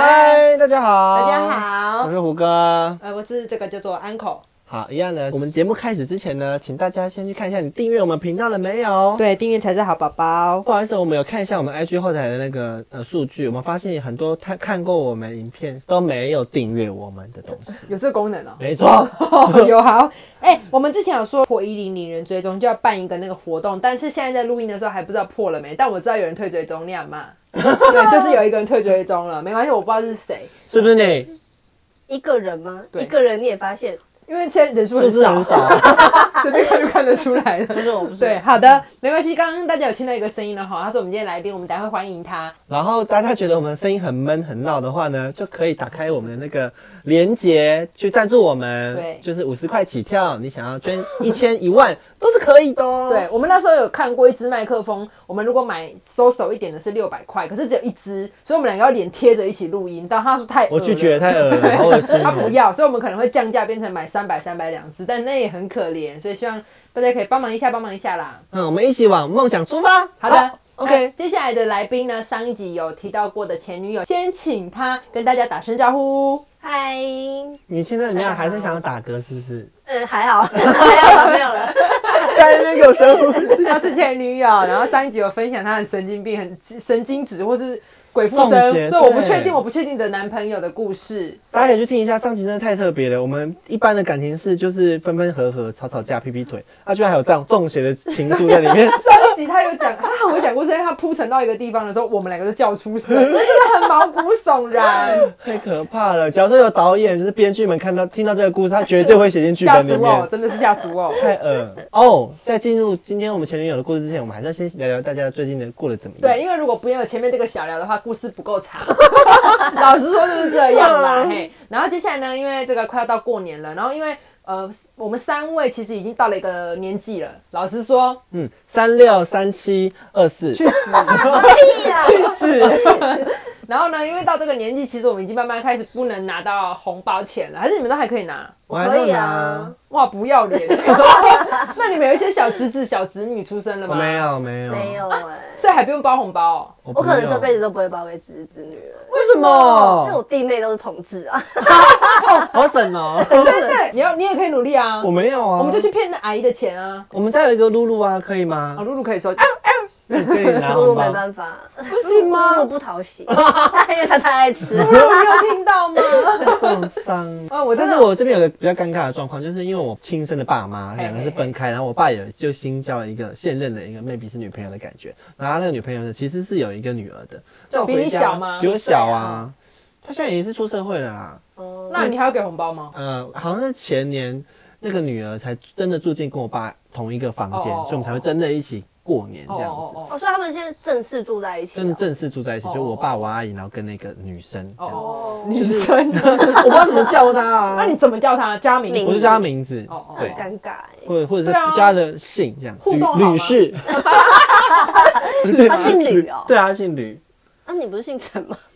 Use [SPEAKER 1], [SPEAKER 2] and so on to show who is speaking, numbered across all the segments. [SPEAKER 1] 大家好，
[SPEAKER 2] 大家好
[SPEAKER 1] 我是胡歌。
[SPEAKER 2] 呃，我是这个叫做 uncle。
[SPEAKER 1] 好，一样呢。我们节目开始之前呢，请大家先去看一下你订阅我们频道了没有。
[SPEAKER 2] 对，订阅才是好宝宝。
[SPEAKER 1] 不好意思，我们有看一下我们 IG 后台的那个呃数据，我们发现很多看看过我们影片都没有订阅我们的东 西。、
[SPEAKER 2] 有这功能哦
[SPEAKER 1] 没错，
[SPEAKER 2] 哦 有好。哎、我们之前有说破一零零人追踪就要办一个那个活动，但是现在在录音的时候还不知道破了没。但我知道有人退追踪，那样 嘛。对，就是有一个人退追踪了，没关系，我不知道是谁，
[SPEAKER 1] 是不是你？
[SPEAKER 3] 一个人吗？
[SPEAKER 2] 对
[SPEAKER 3] 一个人你也发现
[SPEAKER 2] 因为现在人数
[SPEAKER 1] 是不
[SPEAKER 2] 很
[SPEAKER 1] 是
[SPEAKER 2] 少
[SPEAKER 1] 很，少？
[SPEAKER 2] 随便看就看得出来 了。
[SPEAKER 3] 不是我，不是
[SPEAKER 2] 对，好的，没关系。刚刚大家有听到一个声音了哈，他是我们今天来宾，我们等一下会欢迎他。
[SPEAKER 1] 然后大家觉得我们声音很闷很闹的话呢，就可以打开我们的那个连接去赞助我们，
[SPEAKER 2] 对
[SPEAKER 1] 就是五十块起跳，你想要捐一千一万都是可以的哦。
[SPEAKER 2] 对，我们那时候有看过一支麦克风，我们如果买收手一点的是六百块，可是只有一支，所以我们两个要脸贴着一起录音。但他说太恶
[SPEAKER 1] 我
[SPEAKER 2] 了
[SPEAKER 1] 拒 绝，太恶了，好恶 心、
[SPEAKER 2] 他不
[SPEAKER 1] 哦。
[SPEAKER 2] 要，所以我们可能会降价变成买三百、三百两支，但那也很可怜，所以希望大家可以帮忙一下，帮忙一下啦。
[SPEAKER 1] 嗯，我们一起往梦想出发。
[SPEAKER 2] 好的。
[SPEAKER 1] ，OK
[SPEAKER 2] 那接下来的来宾呢？上一集有提到过的前女友，先请他跟大家打声招呼。
[SPEAKER 3] 嗨，
[SPEAKER 1] 你现在怎么样？还是想要打嗝是不是？
[SPEAKER 3] 嗯，还 好，还好没有了。
[SPEAKER 1] 在那边给我深呼吸。
[SPEAKER 2] 她是前女友， 然后上一集有分享她的神经病、很神经质或是鬼附
[SPEAKER 1] 中
[SPEAKER 2] 身，
[SPEAKER 1] 邪
[SPEAKER 2] 对，我不
[SPEAKER 1] 对
[SPEAKER 2] 确定，我不确定的男朋友的故事。
[SPEAKER 1] 大家可以去听一下，上集真的太特别了。我们一般的感情是就是分分合合、吵吵架、劈劈腿，他、居然还有这样中邪的情愫在里 面。
[SPEAKER 2] 上一集他有讲，他好像讲过，是因为他铺陈到一个地方的时候，我们两个都叫出 声，真的很毛骨悚然。
[SPEAKER 1] 太可怕了！假如说有导演就是编剧们看到听到这个故事，他绝对会写进剧
[SPEAKER 2] 吓
[SPEAKER 1] 本
[SPEAKER 2] 死
[SPEAKER 1] 里
[SPEAKER 2] 我，
[SPEAKER 1] 面。
[SPEAKER 2] 真的是吓死 我。
[SPEAKER 1] 太恶哦！在进入今天我们前女友的故事之前，我们还是要先聊聊大家最近的过得怎么样。
[SPEAKER 2] 对，，因为如果不用有前面这个小聊的话，故事不够长。 老实说就是这样啦，
[SPEAKER 1] 嗯
[SPEAKER 2] 嘿。然后接下来呢，因为这个快要到过年了，然后因为呃，我们三位其实已经到了一个年纪了。老实说，
[SPEAKER 1] 嗯，三六三七二四，
[SPEAKER 2] 去死！
[SPEAKER 3] 屁啊！
[SPEAKER 2] 去死！ 然后呢，因为到这个年纪，其实我们已经慢慢开始不能拿到红包钱了，还是你们都还可以拿？
[SPEAKER 1] 我
[SPEAKER 3] 可以啊，
[SPEAKER 2] 哇，不要 脸！那你们有一些小侄子、小侄女出生了
[SPEAKER 1] 我
[SPEAKER 2] 吗？
[SPEAKER 1] 没，有没有
[SPEAKER 3] 没，有哎，
[SPEAKER 2] 所以还不用包红包、哦。
[SPEAKER 1] 嗯我
[SPEAKER 3] 我可能这辈
[SPEAKER 1] 子
[SPEAKER 3] 子都不会包为侄子侄女了，
[SPEAKER 1] 为什
[SPEAKER 3] 因为我
[SPEAKER 1] 么？
[SPEAKER 3] 弟妹都是同志啊。
[SPEAKER 1] 好省 哦！
[SPEAKER 2] 真的，你要你也可以努力啊。
[SPEAKER 1] 我没有啊，
[SPEAKER 2] 我们就去骗那阿姨的钱啊！
[SPEAKER 1] 我们再有一个露露啊，可以吗
[SPEAKER 2] 啊，？露露可以说，
[SPEAKER 1] 你可以拿
[SPEAKER 3] 露露
[SPEAKER 1] 红
[SPEAKER 3] 没
[SPEAKER 1] 包。
[SPEAKER 3] 办法，
[SPEAKER 2] 不行
[SPEAKER 1] 啊
[SPEAKER 3] 露露
[SPEAKER 2] 吗？
[SPEAKER 3] 不讨 喜，因为她太爱吃。
[SPEAKER 1] 嗯
[SPEAKER 2] 露露你有听到 吗？
[SPEAKER 1] 受伤。
[SPEAKER 2] 啊，我真
[SPEAKER 1] 但
[SPEAKER 2] 的
[SPEAKER 1] 是我这边有个比较尴尬的状况，就是因为我亲生的爸妈
[SPEAKER 2] 嘿
[SPEAKER 1] 两个是分开，然后我爸也就新交了一个现任的一个 maybe 是女朋友的感觉，然后他那个女朋友呢其实是有一个女儿的，叫我
[SPEAKER 2] 比
[SPEAKER 1] 回
[SPEAKER 2] 你
[SPEAKER 1] 家
[SPEAKER 2] 小吗
[SPEAKER 1] 比我小
[SPEAKER 3] 对
[SPEAKER 1] 啊
[SPEAKER 3] 啊，
[SPEAKER 1] 他现在已经是出社会了啦，
[SPEAKER 3] 哦
[SPEAKER 2] 那你还要给红包吗？
[SPEAKER 1] 呃，好像是前年那个女儿才真的住进跟我爸同一个房间，
[SPEAKER 2] 哦哦哦
[SPEAKER 1] 所以我们才会真的一起过年这样子。
[SPEAKER 2] 哦
[SPEAKER 3] 哦，所以他们现在正式住在一起啊
[SPEAKER 1] 真的
[SPEAKER 3] 了。
[SPEAKER 1] 正式住在一起，就我爸、我阿姨，然后跟那个女生这
[SPEAKER 2] 哦
[SPEAKER 1] 样。呃
[SPEAKER 2] 哦，
[SPEAKER 3] 就
[SPEAKER 2] 女生，
[SPEAKER 1] 我不知道怎么叫她啊，
[SPEAKER 2] 那你怎么叫她？加名字？
[SPEAKER 1] 我就叫她名字
[SPEAKER 2] 哦哦，
[SPEAKER 1] 对，
[SPEAKER 3] 尴尬哎，
[SPEAKER 1] 或者或者
[SPEAKER 2] 对啊
[SPEAKER 1] 是加的姓这样，
[SPEAKER 2] 互动好
[SPEAKER 1] 吕
[SPEAKER 2] 吗
[SPEAKER 1] 吕氏，
[SPEAKER 3] 他姓吕哦
[SPEAKER 1] 对啊，他姓吕。
[SPEAKER 3] 那你不是姓陈吗？
[SPEAKER 2] 哦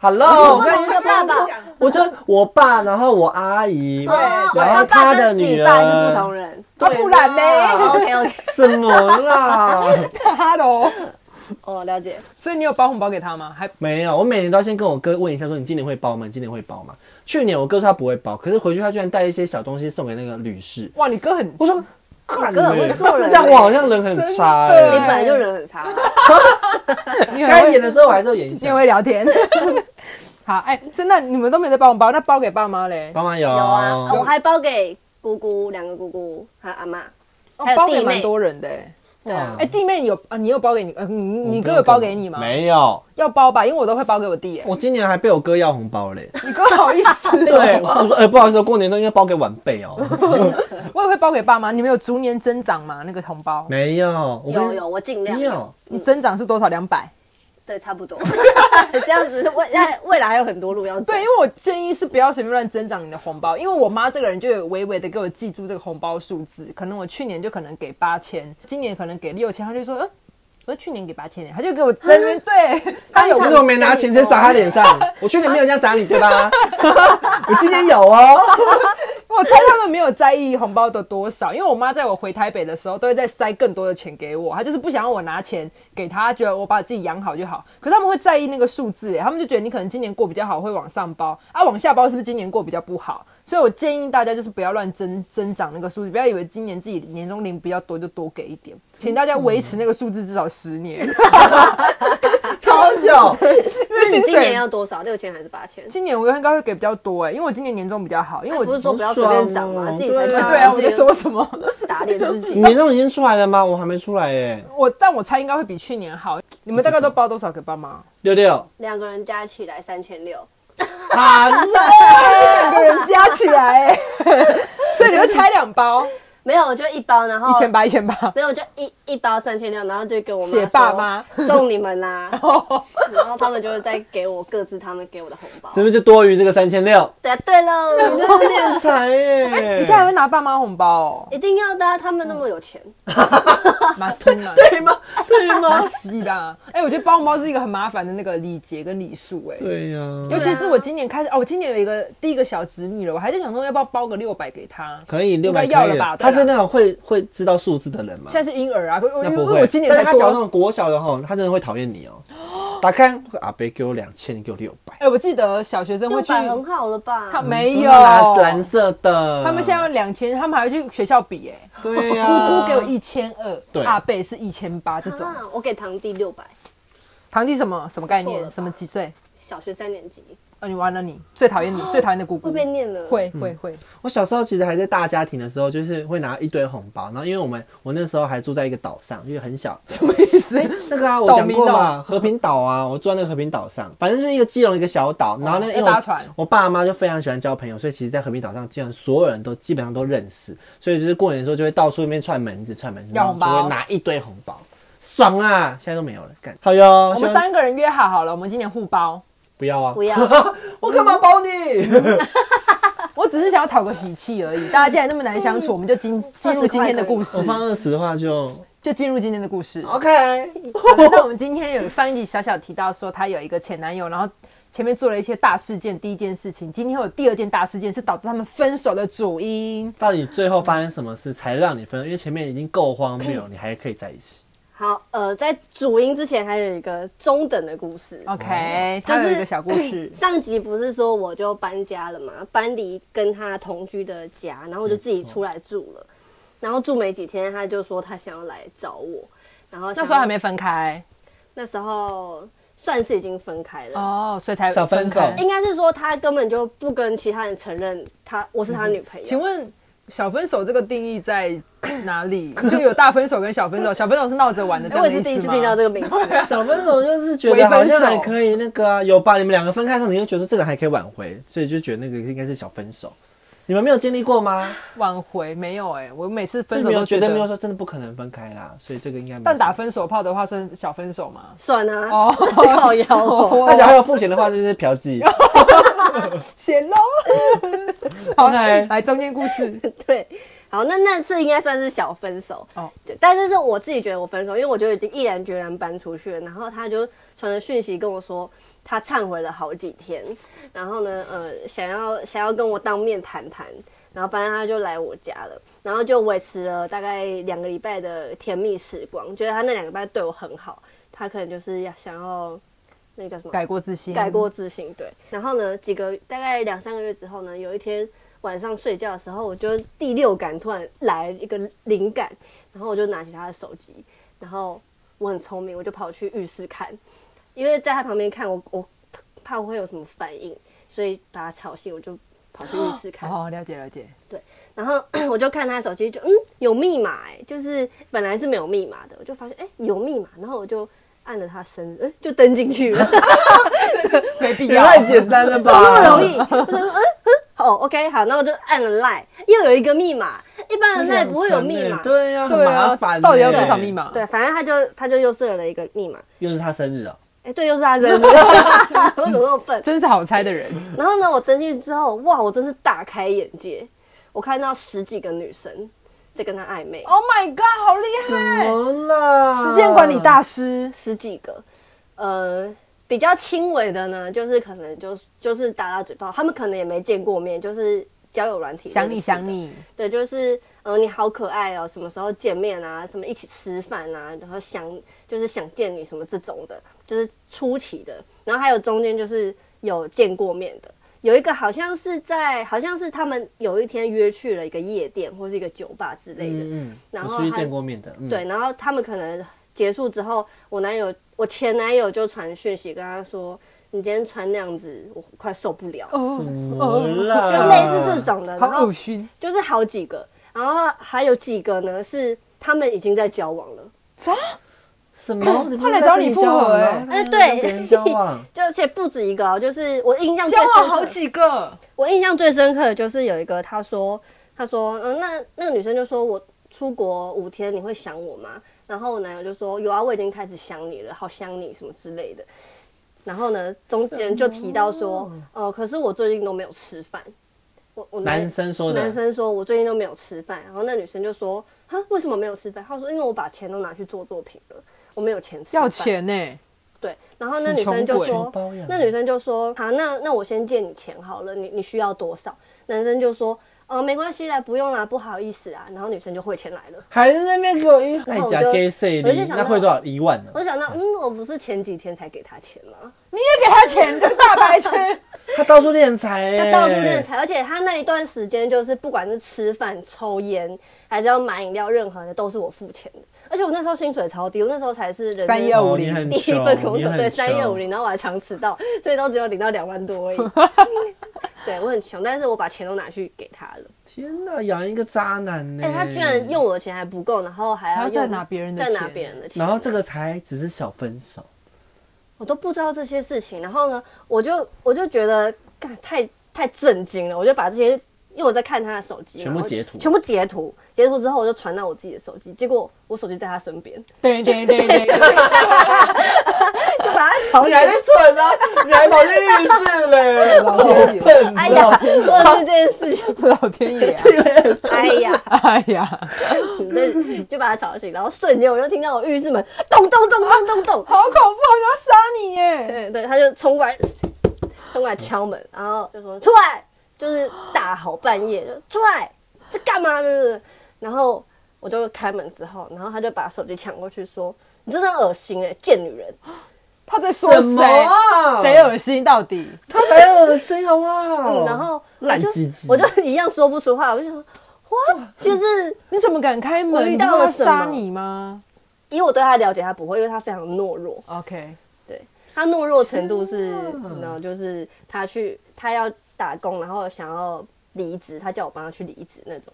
[SPEAKER 1] Hello，我
[SPEAKER 3] 我
[SPEAKER 1] 跟
[SPEAKER 3] 同
[SPEAKER 1] 你
[SPEAKER 3] 一个爸爸，
[SPEAKER 1] 我就我爸，然后我阿姨，
[SPEAKER 3] 哦
[SPEAKER 1] 然后
[SPEAKER 3] 我爸
[SPEAKER 1] 他
[SPEAKER 3] 跟
[SPEAKER 1] 的女
[SPEAKER 3] 你
[SPEAKER 1] 儿
[SPEAKER 3] 爸是不同人。
[SPEAKER 2] 啊不然呢
[SPEAKER 3] 哦 OK OK，
[SPEAKER 1] 啊什么啦？
[SPEAKER 2] ？Hello，
[SPEAKER 3] 哦，了解。
[SPEAKER 2] 所以你有包红包给她吗？还
[SPEAKER 1] 没有，我每年都要先跟我哥问一下，说你今年会包吗？你今年会包吗？去年我哥说他不会包，可是回去他居然带一些小东西送给那个吕氏，
[SPEAKER 2] 哇，你哥 很
[SPEAKER 1] 我说。看
[SPEAKER 3] 哥很会
[SPEAKER 1] 欸
[SPEAKER 3] 做 人
[SPEAKER 1] 这样我好像人很差
[SPEAKER 2] 真的
[SPEAKER 3] 你
[SPEAKER 1] 欸。
[SPEAKER 3] 本来就人很差，
[SPEAKER 2] 你很
[SPEAKER 1] 该
[SPEAKER 2] 会
[SPEAKER 1] 演的时候我还是要演一
[SPEAKER 2] 你也
[SPEAKER 1] 下。
[SPEAKER 2] 会啊聊 天。好，哎、所以那你们都没有在包红包，那包给爸妈嘞？
[SPEAKER 1] 帮忙有
[SPEAKER 3] 有啊，我
[SPEAKER 1] 有
[SPEAKER 3] 还包给姑姑两个姑姑，还有阿妈，
[SPEAKER 2] 哦
[SPEAKER 3] 还有
[SPEAKER 2] 包
[SPEAKER 3] 弟
[SPEAKER 2] 给
[SPEAKER 3] 妹
[SPEAKER 2] 蛮多人的、哎
[SPEAKER 3] 对
[SPEAKER 1] 啊
[SPEAKER 2] 哎、弟妹你有啊？你有包给你？呃，你你哥有包给你吗？，
[SPEAKER 1] 没有，
[SPEAKER 2] 要包吧，因为我都会包给我弟、哎，
[SPEAKER 1] 我今年还被我哥要红包嘞。
[SPEAKER 2] 你哥好意思、哦
[SPEAKER 1] 对，我说，哎、不好意思，过年都应该包给晚辈哦。
[SPEAKER 2] 我也会包给爸妈。你们有逐年增长吗？那个红包，
[SPEAKER 1] 没有，我
[SPEAKER 3] 有
[SPEAKER 1] 跟
[SPEAKER 3] 有，我尽量
[SPEAKER 1] 你有，
[SPEAKER 2] 你增长是多少？两百？
[SPEAKER 3] 对，差不多， 这样子未来未来还有很多路要走
[SPEAKER 2] 对，。因为我建议是不要随便乱增长你的红包，因为我妈这个人就有微微的给我记住这个红包数字，可能我去年就可能给八千，今年可能给六千，她就说，嗯、我去年给八千，她就给我在那边对， 她有
[SPEAKER 1] 你怎么没拿钱直接 砸他脸上？我去年没有这样砸你，对吧？我今年有哦。
[SPEAKER 2] 我猜他们没有在意红包的多少，因为我妈在我回台北的时候，都会再塞更多的钱给我，她就是不想让我拿钱给她，觉得我把自己养好就好。可是他们会在意那个数字耶，他们就觉得你可能今年过比较好，会往上包啊，往下包是不是今年过比较不好？所以我建议大家就是不要乱增增长那个数字，不要以为今年自己年终领比较多就多给一点，请大家维持那个数字至少十年，
[SPEAKER 1] 超久，
[SPEAKER 2] 因为
[SPEAKER 3] 那你
[SPEAKER 2] 薪
[SPEAKER 3] 今年
[SPEAKER 2] 水。
[SPEAKER 3] 要多少？六千还是八千？
[SPEAKER 2] 今年我应该会给比较多哎、因为我今年年终比较好，因为我
[SPEAKER 3] 不是说不要随便涨吗？
[SPEAKER 1] 好爽哦
[SPEAKER 3] 自己才
[SPEAKER 1] 对
[SPEAKER 3] 涨，
[SPEAKER 2] 对啊，我
[SPEAKER 3] 自己
[SPEAKER 2] 就说什么。
[SPEAKER 3] 打脸自己
[SPEAKER 1] 你。年终已经出来了吗？我还没出来耶，
[SPEAKER 2] 我但我猜应该会比去年好。你们大概都包多少给爸妈？
[SPEAKER 1] 六六
[SPEAKER 3] 两个人加起来三千六，
[SPEAKER 1] 啊，那哎
[SPEAKER 2] 两个人加起来、欸， 所以你会拆两包，
[SPEAKER 1] 哦
[SPEAKER 3] 没有，我就一包，然后
[SPEAKER 2] 一千八，一千八。
[SPEAKER 3] 没有，我就一一包三千六，然后就给我妈
[SPEAKER 2] 写
[SPEAKER 3] 说
[SPEAKER 2] 爸妈
[SPEAKER 3] 送你 们啦，然后他们就会再给我各自他们给我的红包。
[SPEAKER 1] 这边就多余这个三千六，
[SPEAKER 3] 对啊，对喽，
[SPEAKER 1] 真是敛财耶！
[SPEAKER 2] 哎你现在还会拿爸妈红包哦？
[SPEAKER 3] 一定要的啊，他们那么有钱，
[SPEAKER 2] 马西嘛，
[SPEAKER 1] 对吗？对
[SPEAKER 2] 马
[SPEAKER 1] 吗？
[SPEAKER 2] 西啦。哎、我觉得包红包是一个很麻烦的那个礼节跟礼数哎。
[SPEAKER 1] 对呀，
[SPEAKER 2] 尤其是我今年开始哦，我今年有一个第一个小侄女了，我还在想说要不要包个六百给她。
[SPEAKER 1] 可以六百
[SPEAKER 2] 应该要了吧
[SPEAKER 1] 他
[SPEAKER 2] 对啊
[SPEAKER 1] 是那种会会知道数字的人吗？
[SPEAKER 2] 现在是婴儿啊，可我
[SPEAKER 1] 那
[SPEAKER 2] 因为
[SPEAKER 1] 不
[SPEAKER 2] 因为
[SPEAKER 1] 会，
[SPEAKER 2] 我今年
[SPEAKER 1] 但
[SPEAKER 2] 才
[SPEAKER 1] 是他
[SPEAKER 2] 多
[SPEAKER 1] 只要那种国小的吼，他真的会讨厌 你哦。打开阿贝给我两千，你给我六百，
[SPEAKER 2] 哎、我记得小学生
[SPEAKER 3] 六
[SPEAKER 2] 会去，
[SPEAKER 3] 百很好了
[SPEAKER 2] 他
[SPEAKER 3] 吧？啊
[SPEAKER 2] 没
[SPEAKER 1] 嗯都是
[SPEAKER 2] 有
[SPEAKER 1] 拿蓝色的。
[SPEAKER 2] 哎他们现在用两千，他们还会去学校比哎、
[SPEAKER 1] 嗯对呀，
[SPEAKER 2] 姑姑给我一千二，
[SPEAKER 1] 对
[SPEAKER 2] 阿贝是一千八这种。
[SPEAKER 3] 啊，我给堂弟六百，
[SPEAKER 2] 堂弟什么什么概
[SPEAKER 3] 错了
[SPEAKER 2] 念？
[SPEAKER 3] 吧
[SPEAKER 2] 什么几岁？
[SPEAKER 3] 小学三年级
[SPEAKER 2] 啊，你完了你，最讨厌你，最讨厌的姑姑
[SPEAKER 3] 会被念了，
[SPEAKER 2] 嗯会
[SPEAKER 1] 嗯
[SPEAKER 2] 会会，
[SPEAKER 1] 我小时候其实还在大家庭的时候，就是会拿一堆红包，然后因为我们我那时候还住在一个岛上，就是很小，
[SPEAKER 2] 什么意思？
[SPEAKER 1] 那个啊我讲过嘛，和平岛啊，我住在那个和平岛上，反正就是一个基隆一个小岛，然后那个
[SPEAKER 2] 哦要
[SPEAKER 1] 因为
[SPEAKER 2] 搭
[SPEAKER 1] 我
[SPEAKER 2] 船
[SPEAKER 1] 我爸妈就非常喜欢交朋友，所以其实，在和平岛上，基本上所有人都基本上都认识，所以就是过年的时候就会到处那边串门子串门子，
[SPEAKER 2] 要
[SPEAKER 1] 然后
[SPEAKER 2] 红包
[SPEAKER 1] 就会拿一堆红包，爽啊！现在都没有了，干好哟，
[SPEAKER 2] 我
[SPEAKER 1] 希
[SPEAKER 2] 们
[SPEAKER 1] 望
[SPEAKER 2] 三个人约好好了，我们今年互包。
[SPEAKER 1] 不要啊，
[SPEAKER 3] 不 要
[SPEAKER 1] 我干嘛包你？
[SPEAKER 3] 啊
[SPEAKER 2] 我只是想要讨个喜气而已。大家既然那么难相
[SPEAKER 3] 嗯
[SPEAKER 2] 处，我们就进进入今天的故
[SPEAKER 1] 我
[SPEAKER 2] 事，
[SPEAKER 1] 放二十的 话就
[SPEAKER 2] 就进入今天的故事。
[SPEAKER 1] OK，
[SPEAKER 2] 好的 那我们今天有上一集小小提到说她有一个前男友，然后前面做了一些大事件。第一件事情，今天有第二件大事件是导致他们分手的主因。
[SPEAKER 1] 到底最后发生什么事才让你分？因为前面已经够荒谬，你还可以在一起。
[SPEAKER 3] 好，呃，在主音之前还有一个中等的故事。。
[SPEAKER 2] 哦 OK，她有一个小故事
[SPEAKER 3] 上集不是说我就搬家了嘛，搬离跟他同居的家，然后我就自己出来住了。然后住没几天，他就说他想要来找我，然后想
[SPEAKER 2] 那时候还没分开
[SPEAKER 3] 那时候算是已经分开了。
[SPEAKER 2] 哦，所以才
[SPEAKER 1] 小分手
[SPEAKER 2] 分开
[SPEAKER 3] 应该是说他根本就不跟其他人承认他我是他女朋友。
[SPEAKER 2] 请问小分手这个定义在哪 里？就有大分手跟小分手，小分手是闹着玩的，这
[SPEAKER 3] 哎
[SPEAKER 2] 样
[SPEAKER 3] 我
[SPEAKER 2] 的
[SPEAKER 3] 也是第一
[SPEAKER 2] 意思
[SPEAKER 3] 次
[SPEAKER 2] 吗
[SPEAKER 3] 听到这个名字，
[SPEAKER 1] 小分手就是觉得好像
[SPEAKER 2] 微分
[SPEAKER 1] 还
[SPEAKER 2] 手
[SPEAKER 1] 可以那个啊，有吧？你们两个分开的时候，你就觉得这个还可以挽回，所以就觉得那个应该是小分手。你们没有经历过吗？
[SPEAKER 2] 挽回没有哎、我每次
[SPEAKER 1] 就
[SPEAKER 2] 分手
[SPEAKER 1] 没有
[SPEAKER 2] 都
[SPEAKER 1] 觉
[SPEAKER 2] 觉
[SPEAKER 1] 得
[SPEAKER 2] 得
[SPEAKER 1] 没有说真的不可能分开啦，所以这个应该没有
[SPEAKER 2] 但打
[SPEAKER 1] 什么
[SPEAKER 2] 分手炮的话算小分手吗？
[SPEAKER 3] 算啊，
[SPEAKER 2] 哦，
[SPEAKER 3] 靠腰哦。
[SPEAKER 1] 那假如要付钱的话，就是 嫖妓。
[SPEAKER 2] 啊险喽！ 好，啊
[SPEAKER 1] OK
[SPEAKER 2] 来中间故事，
[SPEAKER 3] 对，好，那那次应该算是小分手
[SPEAKER 2] 哦
[SPEAKER 3] 对，但是是我自己觉得我分手，因为我就已经毅然决然搬出去了。然后他就传了讯息跟我说，他忏悔了好几天，然后呢，呃，想要想要跟我当面谈谈，然后反正他就来我家了。然后就维持了大概两个礼拜的甜蜜时光，觉得他那两个礼拜对我很好，他可能就是要想要那个叫什么
[SPEAKER 2] 改过自新，
[SPEAKER 3] 改过自新，对。然后呢，几个大概两三个月之后呢，有一天晚上睡觉的时候，我就第六感突然来一个灵感，然后我就拿起他的手机，然后我很聪明，我就跑去浴室看，因为在他旁边看我，我 怕我会有什么反应，所以把他吵醒，我就跑去浴室看。
[SPEAKER 2] 哦，了解了 解，
[SPEAKER 3] 然后我就看他手机，就嗯有密码哎、就是本来是没有密码的，我就发现哎、有密码，然后我就按了他生日，哎、就登进去了。
[SPEAKER 2] 没必
[SPEAKER 1] 也
[SPEAKER 2] 要，
[SPEAKER 1] 太简单
[SPEAKER 2] 啊
[SPEAKER 1] 了
[SPEAKER 3] 那
[SPEAKER 1] 吧
[SPEAKER 3] 么？容易。 我就说，嗯嗯，哦，OK，好，那我就按了 line，又有一个密码，一般人 line 不会有密码。
[SPEAKER 1] 欸对呀，很
[SPEAKER 2] 对
[SPEAKER 1] 麻
[SPEAKER 2] 啊
[SPEAKER 1] 烦欸。
[SPEAKER 2] 到底要多少密码？
[SPEAKER 3] 对，反正他就他就又设了一个密码，
[SPEAKER 1] 又是他生日哦。
[SPEAKER 3] 哎，对，又是他生 日，我怎么那么笨？
[SPEAKER 2] 真是好猜的人，
[SPEAKER 3] 然后呢，我登进去之后，哇，我真是大开眼界，我看到十几个女生在跟他暧昧，
[SPEAKER 2] Oh my god，好厉
[SPEAKER 1] 怎么啦？
[SPEAKER 2] 害！时间管理大师，
[SPEAKER 3] 十几个，呃。比较轻微的呢，就是可能就就是打打嘴炮，他们可能也没见过面，就是交友软体，
[SPEAKER 2] 想你想，你，
[SPEAKER 3] 对，就是呃你好可爱哦，什么时候见面啊，什么一起吃饭啊，然后想就是想见你什么这种的，就是初期的，然后还有中间就是有见过面的。有一个好像是在，好像是他们有一天约去了一个夜店或是一个酒吧之类的，
[SPEAKER 1] 嗯嗯，
[SPEAKER 3] 然
[SPEAKER 1] 我
[SPEAKER 3] 后
[SPEAKER 1] 出去
[SPEAKER 3] 还
[SPEAKER 1] 见过面的，嗯，
[SPEAKER 3] 对，然后他们可能结束之后，我男友，我前男友就传讯息跟他说：“你今天穿那样子，我快受不了。
[SPEAKER 2] 哦
[SPEAKER 1] 我啦，
[SPEAKER 3] 就类似这种的，然
[SPEAKER 2] 好
[SPEAKER 3] 后
[SPEAKER 2] 恶心，哦
[SPEAKER 3] 就是好几个，然后还有几个呢是他们已经在交往了，
[SPEAKER 2] 啥？
[SPEAKER 1] 什么？你不
[SPEAKER 2] 他
[SPEAKER 1] 是
[SPEAKER 2] 来
[SPEAKER 1] 在
[SPEAKER 2] 找
[SPEAKER 1] 跟
[SPEAKER 2] 你复
[SPEAKER 1] 交往
[SPEAKER 2] 合
[SPEAKER 1] 吗
[SPEAKER 2] 欸
[SPEAKER 1] 他在
[SPEAKER 3] 哎
[SPEAKER 1] 跟
[SPEAKER 3] 对，
[SPEAKER 1] 别人交往
[SPEAKER 3] 就而且不止一个哦，就是我印象最
[SPEAKER 2] 交
[SPEAKER 3] 深
[SPEAKER 2] 往
[SPEAKER 3] 刻
[SPEAKER 2] 好
[SPEAKER 3] 的，
[SPEAKER 2] 几个，
[SPEAKER 3] 我印象最深刻的就是有一个他说，他说，嗯，那那个女生就说我出国五天你会想我吗？然后我男友就说有啊，我已经开始想你了，好想你什么之类的。然后呢，中间就提到说，哦、可是我最近都没有吃饭。我我男
[SPEAKER 1] 男生说的，
[SPEAKER 3] 男生说我最近都没有吃饭，然后那女生就说，啊，为什么没有吃饭？他说因为我把钱都拿去做作品了，我没有钱吃饭。
[SPEAKER 2] 要钱呢，
[SPEAKER 3] 对，然后那女生就
[SPEAKER 2] 死穷
[SPEAKER 1] 鬼
[SPEAKER 3] 说
[SPEAKER 1] 包养，
[SPEAKER 3] 那女生就说，好、那那我先借你钱好了，你你需要多少？男生就说，呃，没关系啦，不用啦，不好意思啊。然后女生就汇钱来了。
[SPEAKER 1] 还在那边给我晕，那
[SPEAKER 3] 后
[SPEAKER 1] 你
[SPEAKER 3] 我
[SPEAKER 1] 假
[SPEAKER 3] 就
[SPEAKER 1] gay 谁
[SPEAKER 3] 我就
[SPEAKER 1] 的？
[SPEAKER 3] 想
[SPEAKER 1] 那
[SPEAKER 3] 到
[SPEAKER 1] 会多少？一万呢
[SPEAKER 3] 我？就想到，嗯，我不是前几天才给他钱吗？
[SPEAKER 2] 你也给他钱，这个大白痴，
[SPEAKER 1] 他到处敛财欸，
[SPEAKER 3] 他到处敛财，而且他那一段时间就是不管是吃饭、抽烟，还是要买饮料，任何的都是我付钱的。而且我那时候薪水超低，我那时候才是人生
[SPEAKER 2] 三一二五
[SPEAKER 1] 哦，你
[SPEAKER 2] 零
[SPEAKER 1] 很
[SPEAKER 3] 第一
[SPEAKER 1] 穷，
[SPEAKER 3] 份工
[SPEAKER 1] 你
[SPEAKER 3] 作，
[SPEAKER 1] 很
[SPEAKER 3] 对，三一
[SPEAKER 1] 穷
[SPEAKER 3] 二五零，然后我还常迟到，所以都只有领到两 万多而已。对我很穷，但是我把钱都拿去给他了。
[SPEAKER 1] 天哪，养一个渣男呢、
[SPEAKER 3] 哎、他竟
[SPEAKER 1] 嗯
[SPEAKER 3] 然用我的钱还不够，然后还
[SPEAKER 2] 还
[SPEAKER 3] 要
[SPEAKER 2] 要
[SPEAKER 3] 用
[SPEAKER 2] 再拿别人的
[SPEAKER 3] 再拿
[SPEAKER 2] 钱
[SPEAKER 3] 别人的钱，
[SPEAKER 1] 然后这个才只是小分手，
[SPEAKER 3] 我都不知道这些事情。然后呢，我就我就觉得干太太震惊了，我就把这些，因为我在看他的手机嘛，
[SPEAKER 1] 全部
[SPEAKER 3] 我就
[SPEAKER 1] 截图
[SPEAKER 3] 全部截图，截图之后我就传到我自己的手机，结果我手机在他身边，
[SPEAKER 2] 对对对 对，
[SPEAKER 3] 就把他 吵
[SPEAKER 1] 你还在蠢呢、你还跑去浴室嘞，老
[SPEAKER 2] 天爷
[SPEAKER 1] 笨
[SPEAKER 3] 哎呀，
[SPEAKER 1] 哦！
[SPEAKER 3] 忘记这件 事情，
[SPEAKER 2] 老天爷啊，
[SPEAKER 3] 哎呀。
[SPEAKER 2] 哎呀，
[SPEAKER 3] 对，就把他吵醒，然后瞬间我就听到我浴室门咚咚咚咚咚咚，
[SPEAKER 2] 好恐怖，好想杀你耶！
[SPEAKER 3] 对对，他就冲过来，冲过来敲门，然后就说出来，就是大吼半夜就出来，在干嘛？就是，然后我就开门之后，然后他就把手机抢过去说：“你真的很恶心哎、贱女人！”
[SPEAKER 2] 他在说
[SPEAKER 1] 什么
[SPEAKER 2] 谁
[SPEAKER 1] 啊？
[SPEAKER 2] 谁恶心到底？
[SPEAKER 1] 他才恶心好不好？
[SPEAKER 3] 嗯然后我
[SPEAKER 1] 哦烂
[SPEAKER 3] 就
[SPEAKER 1] 鸡鸡
[SPEAKER 3] 我就一样说不出话，我就想说，哇，就是
[SPEAKER 2] 你怎么敢开
[SPEAKER 3] 我
[SPEAKER 2] 门？
[SPEAKER 3] 遇
[SPEAKER 2] 你
[SPEAKER 3] 到
[SPEAKER 2] 怕他
[SPEAKER 3] 了什么
[SPEAKER 2] 杀你吗
[SPEAKER 3] 因为我对他了解，他不会，因为他非常懦弱。
[SPEAKER 2] ？OK，
[SPEAKER 3] 对他懦弱程度是，然后就是他去他要打工，然后想要离职，他叫我帮他去离职那 种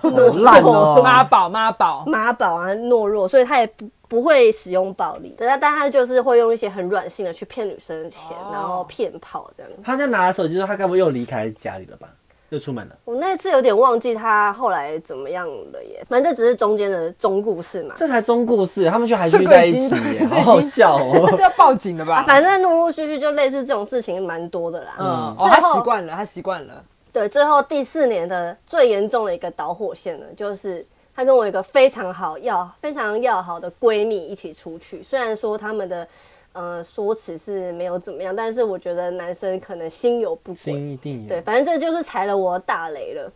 [SPEAKER 1] 好烂
[SPEAKER 2] 妈
[SPEAKER 1] 哦！
[SPEAKER 2] 宝妈 宝，
[SPEAKER 3] 妈宝啊懦弱，所以他也不不会使用暴力，对，但但他就是会用一些很软性的去骗女生的钱，
[SPEAKER 2] 哦
[SPEAKER 3] 然后骗炮这样。
[SPEAKER 1] 他在拿了手机之后，他该不会又离开家里了吧？又出门了？
[SPEAKER 3] 我那次有点忘记他后来怎么样了耶，反正这只是中间的中故事嘛。
[SPEAKER 1] 这才中故事，他们就还
[SPEAKER 2] 这
[SPEAKER 1] 是
[SPEAKER 2] 个
[SPEAKER 1] 在
[SPEAKER 2] 已
[SPEAKER 1] 一
[SPEAKER 2] 经
[SPEAKER 1] 起
[SPEAKER 2] 这个已
[SPEAKER 1] 耶，
[SPEAKER 2] 经
[SPEAKER 1] 好好笑
[SPEAKER 2] 这
[SPEAKER 1] 哦！
[SPEAKER 2] 要报警 了吧？
[SPEAKER 3] 反正陆陆续续就类似这种事情蛮多的啦。
[SPEAKER 2] 啊嗯，哦，
[SPEAKER 3] 最
[SPEAKER 2] 他
[SPEAKER 3] 后
[SPEAKER 2] 习惯了，他习惯了。
[SPEAKER 3] 对，最后第四年的最严重的一个导火线呢，就是她跟我一个非常好要非常要好的闺蜜一起出去，虽然说他们的呃说辞是没有怎么样，但是我觉得男生可能心有不轨，
[SPEAKER 1] 心一定
[SPEAKER 3] 对，
[SPEAKER 1] 有，
[SPEAKER 3] 反正这就是踩了我的大雷了，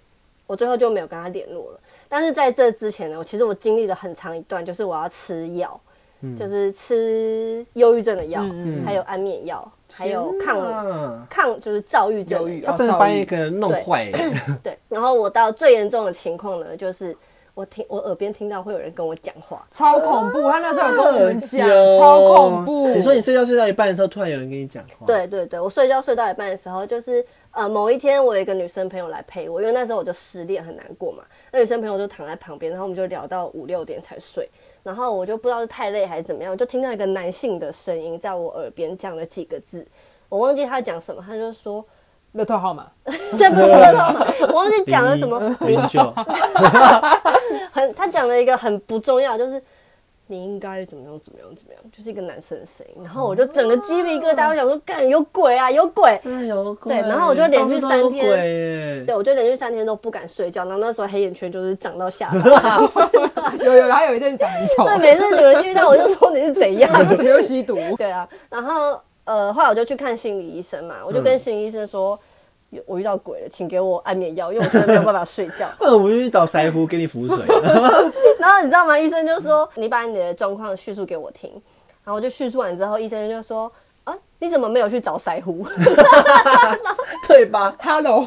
[SPEAKER 3] 我最后就没有跟他联络了。但是在这之前呢，我其实我经历了很长一段，就是我要吃药，就是吃忧郁症的药，
[SPEAKER 2] 嗯
[SPEAKER 3] 还有安眠药，还有抗
[SPEAKER 1] 啊，
[SPEAKER 3] 抗就是躁郁症
[SPEAKER 2] 忧
[SPEAKER 3] 的
[SPEAKER 2] 郁
[SPEAKER 3] 药
[SPEAKER 1] 他真的把一个人弄
[SPEAKER 3] 对
[SPEAKER 1] 坏 耶，
[SPEAKER 3] 对，然后我到最严重的情况呢，就是我听我耳边听到会有人跟我讲话，
[SPEAKER 2] 超恐怖！他那时候有跟我们讲，
[SPEAKER 1] 有
[SPEAKER 2] 超恐怖。
[SPEAKER 1] 哎你说你睡觉睡到一半的时候，突然有人跟你讲话，，
[SPEAKER 3] 对对对，我睡觉睡到一半的时候，就是呃某一天我有一个女生朋友来陪我，因为那时候我就失恋很难过嘛，那女生朋友就躺在旁边，然后我们就聊到五六点才睡，然后我就不知道是太累还是怎么样，我就听到一个男性的声音在我耳边讲了几个字，我忘记他讲什么，他就说
[SPEAKER 2] 乐透号码，
[SPEAKER 3] 这不是乐透吗？我忘记讲了什么，你
[SPEAKER 1] 零九，
[SPEAKER 3] 很，他讲了一个很不重要，就是你应该怎么样怎么样怎么样，就是一个男生的声音。然后我就整个鸡皮疙瘩，我想说，干有鬼啊，有鬼！
[SPEAKER 1] 真的有鬼。
[SPEAKER 3] 对然后我就连续
[SPEAKER 1] 到处都有
[SPEAKER 3] 三天
[SPEAKER 1] 鬼耶
[SPEAKER 3] 对，我就连续三天都不敢睡觉，然后那时候黑眼圈就是长到下巴。
[SPEAKER 2] 有有，他有一阵长很 丑，
[SPEAKER 3] 对，每次你们遇到我就说你是怎样？
[SPEAKER 2] 为什么又吸毒？
[SPEAKER 3] 对啊，然后呃，后来我就去看心理医生嘛，我就跟心理医生说，有我遇到鬼了，请给我安眠药，因为我真的没有办法睡觉。
[SPEAKER 1] 那我就去找腮夫给你浮 水。
[SPEAKER 3] 然后你知道吗？医生就说你把你的状况叙述给我听，然后我就叙述完之后，医生就说啊，你怎么没有去找腮胡？
[SPEAKER 1] 对吧？
[SPEAKER 2] Hello，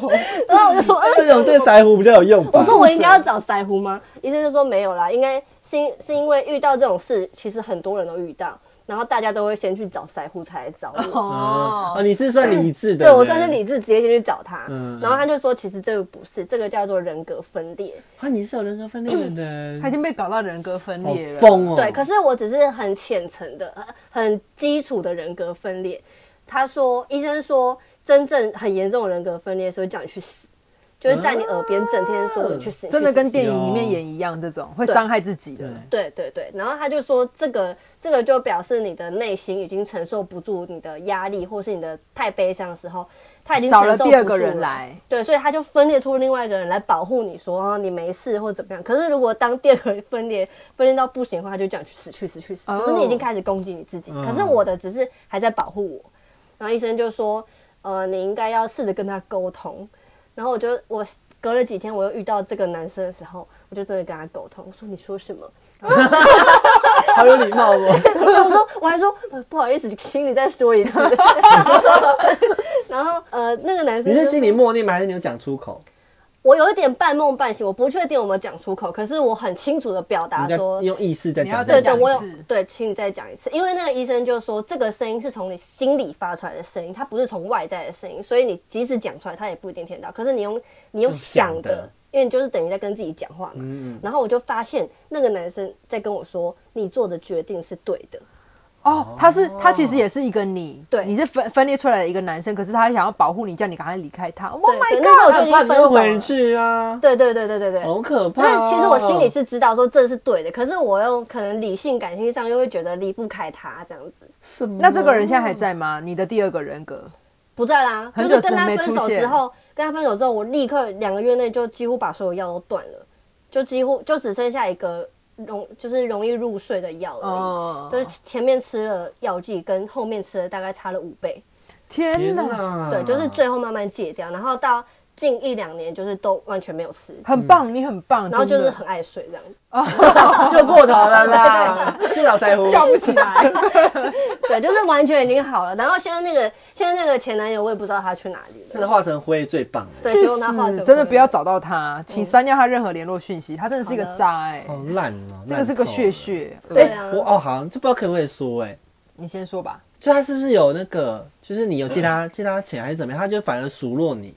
[SPEAKER 3] 然后我就说，嗯
[SPEAKER 1] 这种对腮胡比较有用吧？
[SPEAKER 3] 我说我应该要找腮胡吗？医生就说没有啦，应该是因是因为遇到这种事，其实很多人都遇到，然后大家都会先去找腮胡才来找我。
[SPEAKER 2] 哦
[SPEAKER 1] 啊，你是算理智的，
[SPEAKER 3] 对
[SPEAKER 1] 不
[SPEAKER 3] 我算是理智，直接先去找他，
[SPEAKER 1] 嗯
[SPEAKER 3] 然后他就说，其实这个不是，这个叫做人格分裂。
[SPEAKER 1] 啊，你是有人格分裂的人，
[SPEAKER 2] 他已经被搞到人格分
[SPEAKER 1] 好
[SPEAKER 2] 裂了。
[SPEAKER 1] 疯哦。
[SPEAKER 3] 对，可是我只是很浅层的、 呃很基础的人格分裂。他说，医生说，真正很严重的人格分裂是会叫你去死，就是在你耳边整天说你去死，你去死
[SPEAKER 2] 啊真的跟电
[SPEAKER 1] 是
[SPEAKER 2] 影
[SPEAKER 1] 哦
[SPEAKER 2] 里面演一样，这种会伤害自己的。
[SPEAKER 3] 对对对，然后他就说这个这个就表示你的内心已经承受不住你的压力，或是你的太悲伤的时候，他已经
[SPEAKER 2] 找了
[SPEAKER 3] 承受
[SPEAKER 2] 第二
[SPEAKER 3] 不
[SPEAKER 2] 个
[SPEAKER 3] 住
[SPEAKER 2] 人
[SPEAKER 3] 了
[SPEAKER 2] 来，
[SPEAKER 3] 对，所以他就分裂出另外一个人来保护你说，哦你没事或怎么样。可是如果当第二个人分裂分裂到不行的话，他就讲去死去死去死，
[SPEAKER 2] 哦
[SPEAKER 3] 就是你已经开始攻击你自己。
[SPEAKER 1] 嗯
[SPEAKER 3] 可是我的只是还在保护我，然后医生就说，呃，你应该要试着跟他沟通。然后我就我隔了几天，我又遇到这个男生的时候，我就真的跟他沟通，我说你说什么？
[SPEAKER 1] 好有礼貌 哦。
[SPEAKER 3] 我说我还说、呃不好意思，请你再说 一次。然后呃，那个男生
[SPEAKER 1] 你
[SPEAKER 3] 就是
[SPEAKER 1] 心里默念吗？还是你有讲出口？
[SPEAKER 3] 我有一点半梦半醒，我不确定有没有讲出口，可是我很清楚的表达
[SPEAKER 1] 你在
[SPEAKER 3] 说，
[SPEAKER 1] 用意识在讲
[SPEAKER 2] 你要
[SPEAKER 1] 这
[SPEAKER 3] 对
[SPEAKER 1] 个
[SPEAKER 2] 再
[SPEAKER 3] 对，
[SPEAKER 1] 东
[SPEAKER 2] 讲
[SPEAKER 1] 西，
[SPEAKER 3] 我有
[SPEAKER 2] 一次
[SPEAKER 3] 对，请你再讲一次，因为那个医生就说这个声音是从你心里发出来的声音，它不是从外在的声音，所以你即使讲出来，他也不一定听得到。可是你用你用
[SPEAKER 1] 用想
[SPEAKER 3] 想
[SPEAKER 1] 的嗯
[SPEAKER 3] 的，因为你就是等于在跟自己讲话嘛。然后我就发现那个男生在跟我说，你做的决定是对的。
[SPEAKER 2] 哦，他是他其实也是一个你，
[SPEAKER 3] 对
[SPEAKER 2] 你是分分裂出来的一个男生，可是他想要保护你，叫你赶快离开他。Oh
[SPEAKER 3] 对
[SPEAKER 2] my
[SPEAKER 3] 对
[SPEAKER 2] god！
[SPEAKER 3] 那时候我就已
[SPEAKER 1] 很怕
[SPEAKER 3] 经分
[SPEAKER 1] 你
[SPEAKER 3] 手
[SPEAKER 1] 会
[SPEAKER 3] 了
[SPEAKER 1] 回。去啊，
[SPEAKER 3] 对对对对对对，
[SPEAKER 1] 好可怕
[SPEAKER 3] 但
[SPEAKER 1] 哦。
[SPEAKER 3] 是其实我心里是知道说这是对的，可是我又可能理性感性上又会觉得离不开他这样子，
[SPEAKER 1] 什么？
[SPEAKER 2] 那这个人现在还在吗？你的第二个人格，
[SPEAKER 3] 不在啦，就
[SPEAKER 2] 很久
[SPEAKER 3] 是跟他
[SPEAKER 2] 没
[SPEAKER 3] 分
[SPEAKER 2] 出
[SPEAKER 3] 手之
[SPEAKER 2] 现
[SPEAKER 3] 后，跟他分手之后，我立刻两个月内就几乎把所有药都断了，就几乎就只剩下一个容就是容易入睡的药而已，
[SPEAKER 2] 哦
[SPEAKER 3] 就是前面吃了药剂跟后面吃的大概差了五倍，
[SPEAKER 2] 天
[SPEAKER 1] 天
[SPEAKER 2] 哪，
[SPEAKER 1] 哪，
[SPEAKER 3] 对，就是最后慢慢戒掉，然后到近一两年就是都完全没有吃，
[SPEAKER 2] 很棒，你很棒，
[SPEAKER 3] 然后就
[SPEAKER 2] 啊真
[SPEAKER 3] 是
[SPEAKER 2] 的
[SPEAKER 3] 很爱睡这样子。
[SPEAKER 1] 又过头了 啦，去找腮胡。
[SPEAKER 2] 叫不起来。
[SPEAKER 3] 对，就是完全已经好了。然后现在那个现在那个前男友，我也不知道他去哪里
[SPEAKER 1] 真
[SPEAKER 3] 了。
[SPEAKER 1] 的化成灰最棒了，
[SPEAKER 3] 对，嗯
[SPEAKER 2] 去
[SPEAKER 3] 希望他化成
[SPEAKER 2] 死！真的
[SPEAKER 3] 灰
[SPEAKER 2] 不要找到他，请删掉他任何联络讯息。他真的是一个渣哎、
[SPEAKER 1] 好烂哦，
[SPEAKER 2] 这个是个血
[SPEAKER 1] 血血。
[SPEAKER 2] 血。
[SPEAKER 3] 对
[SPEAKER 2] 呃
[SPEAKER 3] 啊
[SPEAKER 1] 我哦，好，这不知道可不可以说哎、
[SPEAKER 2] 你先说吧。
[SPEAKER 1] 就他是不是有那个，就是你有借
[SPEAKER 3] 嗯
[SPEAKER 1] 他借他钱还是怎么样，他就反而数落你，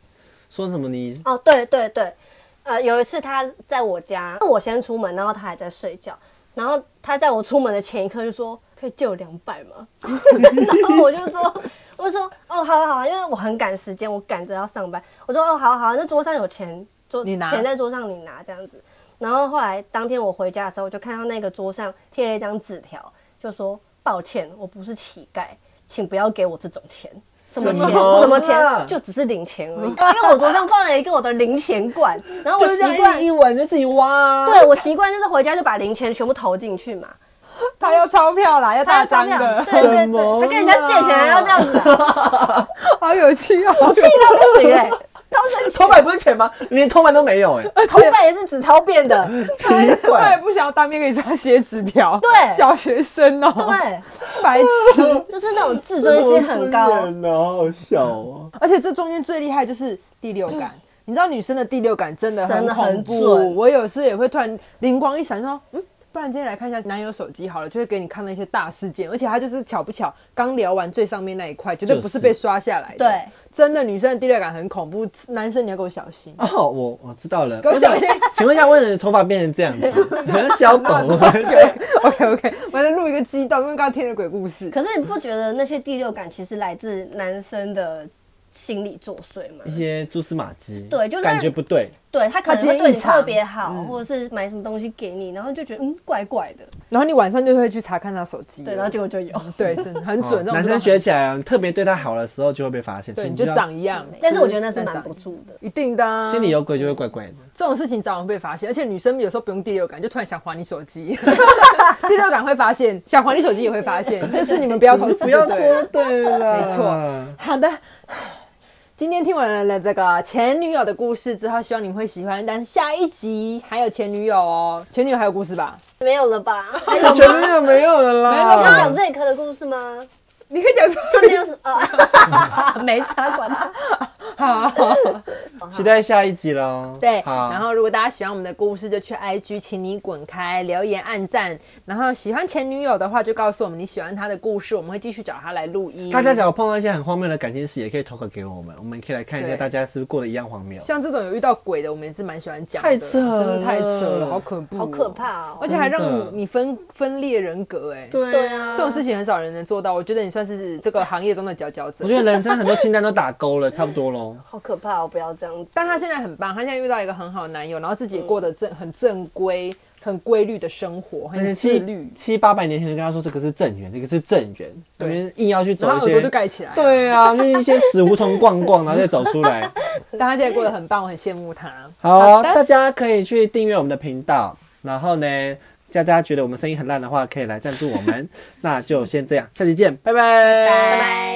[SPEAKER 1] 说什么你
[SPEAKER 3] 哦，对对对，呃，有一次他在我家，我先出门，然后他还在睡觉，然后他在我出门的前一刻就说：“可以借我两百吗？” 然后我就说：“我就说哦，好啊好啊，因为我很赶时间，我赶着要上班。”我说：“哦，好啊好啊，那桌上有钱，桌
[SPEAKER 2] 你拿
[SPEAKER 3] 钱在桌上，你拿这样子。”然后后来当天我回家的时候，我就看到那个桌上贴了一张纸条，就说：“抱歉，我不是乞丐，请不要给我这种钱。”什么钱？
[SPEAKER 1] 什么
[SPEAKER 3] 什么钱？
[SPEAKER 1] 啊
[SPEAKER 3] 就只是零钱而已，因为我桌上放了一个我的零钱罐，然后我
[SPEAKER 1] 啊就是
[SPEAKER 3] 习
[SPEAKER 1] 这样
[SPEAKER 3] 惯
[SPEAKER 1] 一，一碗就自己挖、啊，
[SPEAKER 3] 对我习惯就是回家就把零钱全部投进去嘛。
[SPEAKER 2] 他要钞票啦，要大
[SPEAKER 3] 他
[SPEAKER 2] 张
[SPEAKER 3] 要
[SPEAKER 2] 的
[SPEAKER 3] 这，样对对
[SPEAKER 1] 什么啦
[SPEAKER 3] 对，他跟人家借钱还要这样子啊，
[SPEAKER 2] 好有趣哦！我
[SPEAKER 3] 气 到不行哎、
[SPEAKER 1] 偷买不是钱吗？连偷买都没有哎、
[SPEAKER 3] 头发也是纸钞变的，
[SPEAKER 1] 奇怪
[SPEAKER 2] 也，不想要当面给你这样写纸条，
[SPEAKER 3] 对
[SPEAKER 2] 小学生哦，
[SPEAKER 3] 对，
[SPEAKER 2] 白痴。
[SPEAKER 3] 就是那种自尊心
[SPEAKER 1] 好
[SPEAKER 3] 很高
[SPEAKER 1] 真。人哦，好好笑哦。
[SPEAKER 2] 而且这中间最厉害就是第六感。你知道女生的第六感真的
[SPEAKER 3] 真
[SPEAKER 2] 很
[SPEAKER 3] 的
[SPEAKER 2] 恐
[SPEAKER 3] 很准
[SPEAKER 2] 怖，我有时也会突然灵光一闪，说嗯，不然今天来看一下男友手机好了，就会给你看到一些大事件，而且他就是巧不巧刚聊完最上面那一块，绝对不
[SPEAKER 1] 就是
[SPEAKER 2] 是被刷下来的。
[SPEAKER 3] 对，
[SPEAKER 2] 真的女生的第六感很恐怖，男生你要给我小 心。
[SPEAKER 1] 哦，我我知道了。
[SPEAKER 2] 给我小心！
[SPEAKER 1] 请问一下，为什么头发变成这 样子？很像小狗。
[SPEAKER 2] OK OK，我在录一个激动，因为刚刚听了鬼故事。
[SPEAKER 3] 可是你不觉得那些第六感其实来自男生的心理作祟吗
[SPEAKER 1] 一？些蛛丝马迹，
[SPEAKER 3] 对就是
[SPEAKER 1] 感觉不对。
[SPEAKER 3] 对他
[SPEAKER 2] 他
[SPEAKER 3] 可能
[SPEAKER 2] 今
[SPEAKER 3] 会
[SPEAKER 2] 天
[SPEAKER 3] 对
[SPEAKER 2] 异
[SPEAKER 3] 你
[SPEAKER 2] 常
[SPEAKER 3] 特别好，或者是买什么东西给你，然后就觉得嗯怪怪的，
[SPEAKER 2] 然后你晚上就会去查看他手机了，
[SPEAKER 3] 对，然后结果就有。
[SPEAKER 2] 对，真的很准。这种
[SPEAKER 1] 哦男生
[SPEAKER 2] 真的
[SPEAKER 1] 学起来啊，你特别对他好的时候就会被发现，所
[SPEAKER 2] 对你
[SPEAKER 1] 以你
[SPEAKER 2] 就
[SPEAKER 1] 知道
[SPEAKER 2] 长一样，
[SPEAKER 3] 但是我觉得那是
[SPEAKER 2] 就是
[SPEAKER 3] 瞒
[SPEAKER 2] 长
[SPEAKER 3] 不住的。
[SPEAKER 2] 一定的、啊，
[SPEAKER 1] 心里有鬼就会怪怪的。
[SPEAKER 2] 这种事情早晚被发现，而且女生有时候不用第六感，就突然想还你手机， 第六感会发现，想还你手机也会 发现，就是你们不要投
[SPEAKER 1] 你
[SPEAKER 2] 资，
[SPEAKER 1] 就不要
[SPEAKER 2] 对了
[SPEAKER 1] 做对了，
[SPEAKER 2] 没错。好的，今天听完了这个前女友的故事之后，希望你们会喜欢。但下一集还有前女友哦，前女友还有故事 吧？
[SPEAKER 3] 没有了吧？还有
[SPEAKER 1] 我前面就没有了
[SPEAKER 2] 没有
[SPEAKER 3] 要
[SPEAKER 1] 啦。
[SPEAKER 3] 讲这一科的故事吗？
[SPEAKER 2] 你可以讲出
[SPEAKER 3] 他没有什
[SPEAKER 2] 啊
[SPEAKER 3] 哦， 没差，管他。
[SPEAKER 1] 期待下一集喽。
[SPEAKER 2] 对，
[SPEAKER 1] 好，
[SPEAKER 2] 然后如果大家喜欢我们的故事，就去 IG 请你滚开留言按赞，然后喜欢前女友的话，就告诉我们你喜欢她的故事，我们会继续找她来录音。
[SPEAKER 1] 大家只要碰到一些很荒谬的感情史，也可以投稿给我们，我们可以来看一下
[SPEAKER 2] 对
[SPEAKER 1] 大家是不是过得一样荒谬。
[SPEAKER 2] 像这种有遇到鬼的，我们也是蛮喜欢讲的，
[SPEAKER 1] 太扯了
[SPEAKER 2] 真的太扯了，好可怖、
[SPEAKER 3] 好可！怕哦
[SPEAKER 2] 而！且还让
[SPEAKER 1] 真
[SPEAKER 2] 你
[SPEAKER 1] 的
[SPEAKER 2] 你分分裂人格、哎，
[SPEAKER 1] 对啊，
[SPEAKER 2] 这种事情很少人能做到，我觉得你算是这个行业中的佼佼者
[SPEAKER 1] 我。觉得人生很多清单都打勾了，差不多喽。
[SPEAKER 3] 好可怕哦！不要这样子。
[SPEAKER 2] 但她现在很棒，她现在遇到一个很好的男友，然后自己也过得正很正规、很规律的生活，
[SPEAKER 1] 嗯而且
[SPEAKER 2] 很自律
[SPEAKER 1] 七，七八百年前就跟他说这个是正缘，这个是正缘，
[SPEAKER 2] 对
[SPEAKER 1] 我们硬要去走
[SPEAKER 2] 然后
[SPEAKER 1] 一
[SPEAKER 2] 她耳朵就
[SPEAKER 1] 些。
[SPEAKER 2] 盖起来了。
[SPEAKER 1] 对啊，去一些死胡同逛逛，然后再走 出来。
[SPEAKER 2] 但他现在过得很棒，我很羡慕他。
[SPEAKER 1] 好啊，大家可以去订阅我们的频道，然后呢，大 家觉得我们声音很烂的话，可以来赞助我们。那就先这样，下期见，拜拜
[SPEAKER 2] 拜拜。